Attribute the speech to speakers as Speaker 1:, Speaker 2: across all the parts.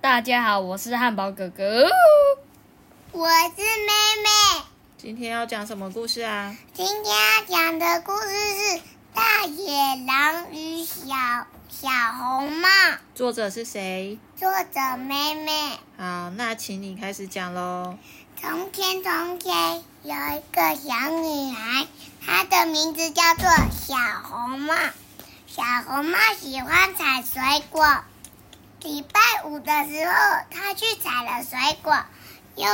Speaker 1: 大家好，我是汉堡哥哥。
Speaker 2: 我是妹妹。
Speaker 3: 今天要讲什么故事啊？
Speaker 2: 今天要讲的故事是《大野狼与小小红帽》，
Speaker 3: 作者是谁？
Speaker 2: 作者妹妹。
Speaker 3: 好，那请你开始讲喽。
Speaker 2: 从前，从前有一个小女孩，她的名字叫做小红帽。小红帽喜欢采水果。礼拜五的时候，她去采了水果，又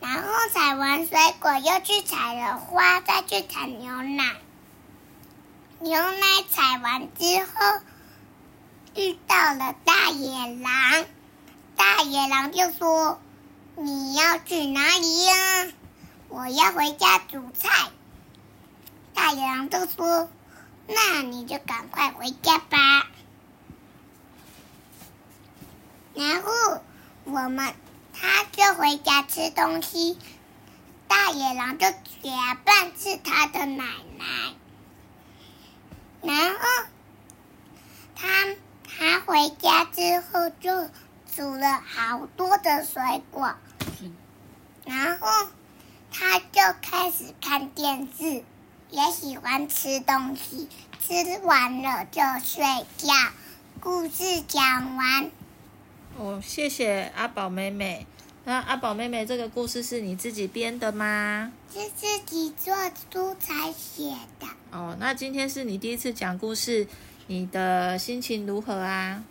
Speaker 2: 然后采完水果又去采了花，再去采牛奶。牛奶采完之后，遇到了大野狼。大野狼就说。你要去哪里呀、我要回家煮菜。大野狼就说：“那你就赶快回家吧。”然后我们他就回家吃东西，大野狼就假扮是他的奶奶。然后他他回家之后就煮了好多的水果。然后他就开始看电视，也喜欢吃东西，吃完了就睡觉。故事讲完，
Speaker 3: 哦，谢谢阿宝妹妹。那阿宝妹妹，这个故事是你自己编的吗？
Speaker 2: 是自己做书才写的。
Speaker 3: 哦，那今天是你第一次讲故事，你的心情如何啊？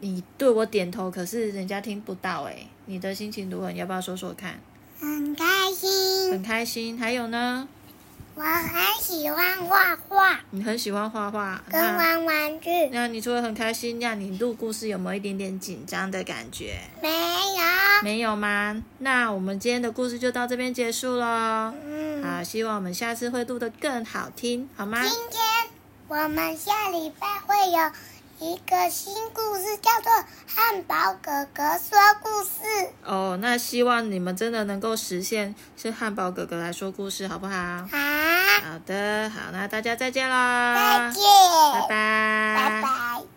Speaker 3: 你对我点头，可是人家听不到哎。你的心情如何？你要不要说说看？
Speaker 2: 很开心，
Speaker 3: 很开心。还有呢，
Speaker 2: 我很喜欢画画，
Speaker 3: 你很喜欢画画，
Speaker 2: 跟
Speaker 3: 那
Speaker 2: 玩玩具。
Speaker 3: 那你除了很开心，那你录故事有没有一点点紧张的感觉？
Speaker 2: 没有，
Speaker 3: 没有吗？那我们今天的故事就到这边结束喽。
Speaker 2: 嗯，
Speaker 3: 好，啊希望我们下次会录得更好听，好吗？
Speaker 2: 今天我们下礼拜会有一个新故事，叫做《汉堡哥哥说故事》。
Speaker 3: 哦，那希望你们真的能够实现，是汉堡哥哥来说故事，好不好？
Speaker 2: 好，
Speaker 3: 好的，好，那大家再见啦，
Speaker 2: 再见，
Speaker 3: 拜拜，
Speaker 2: 拜拜。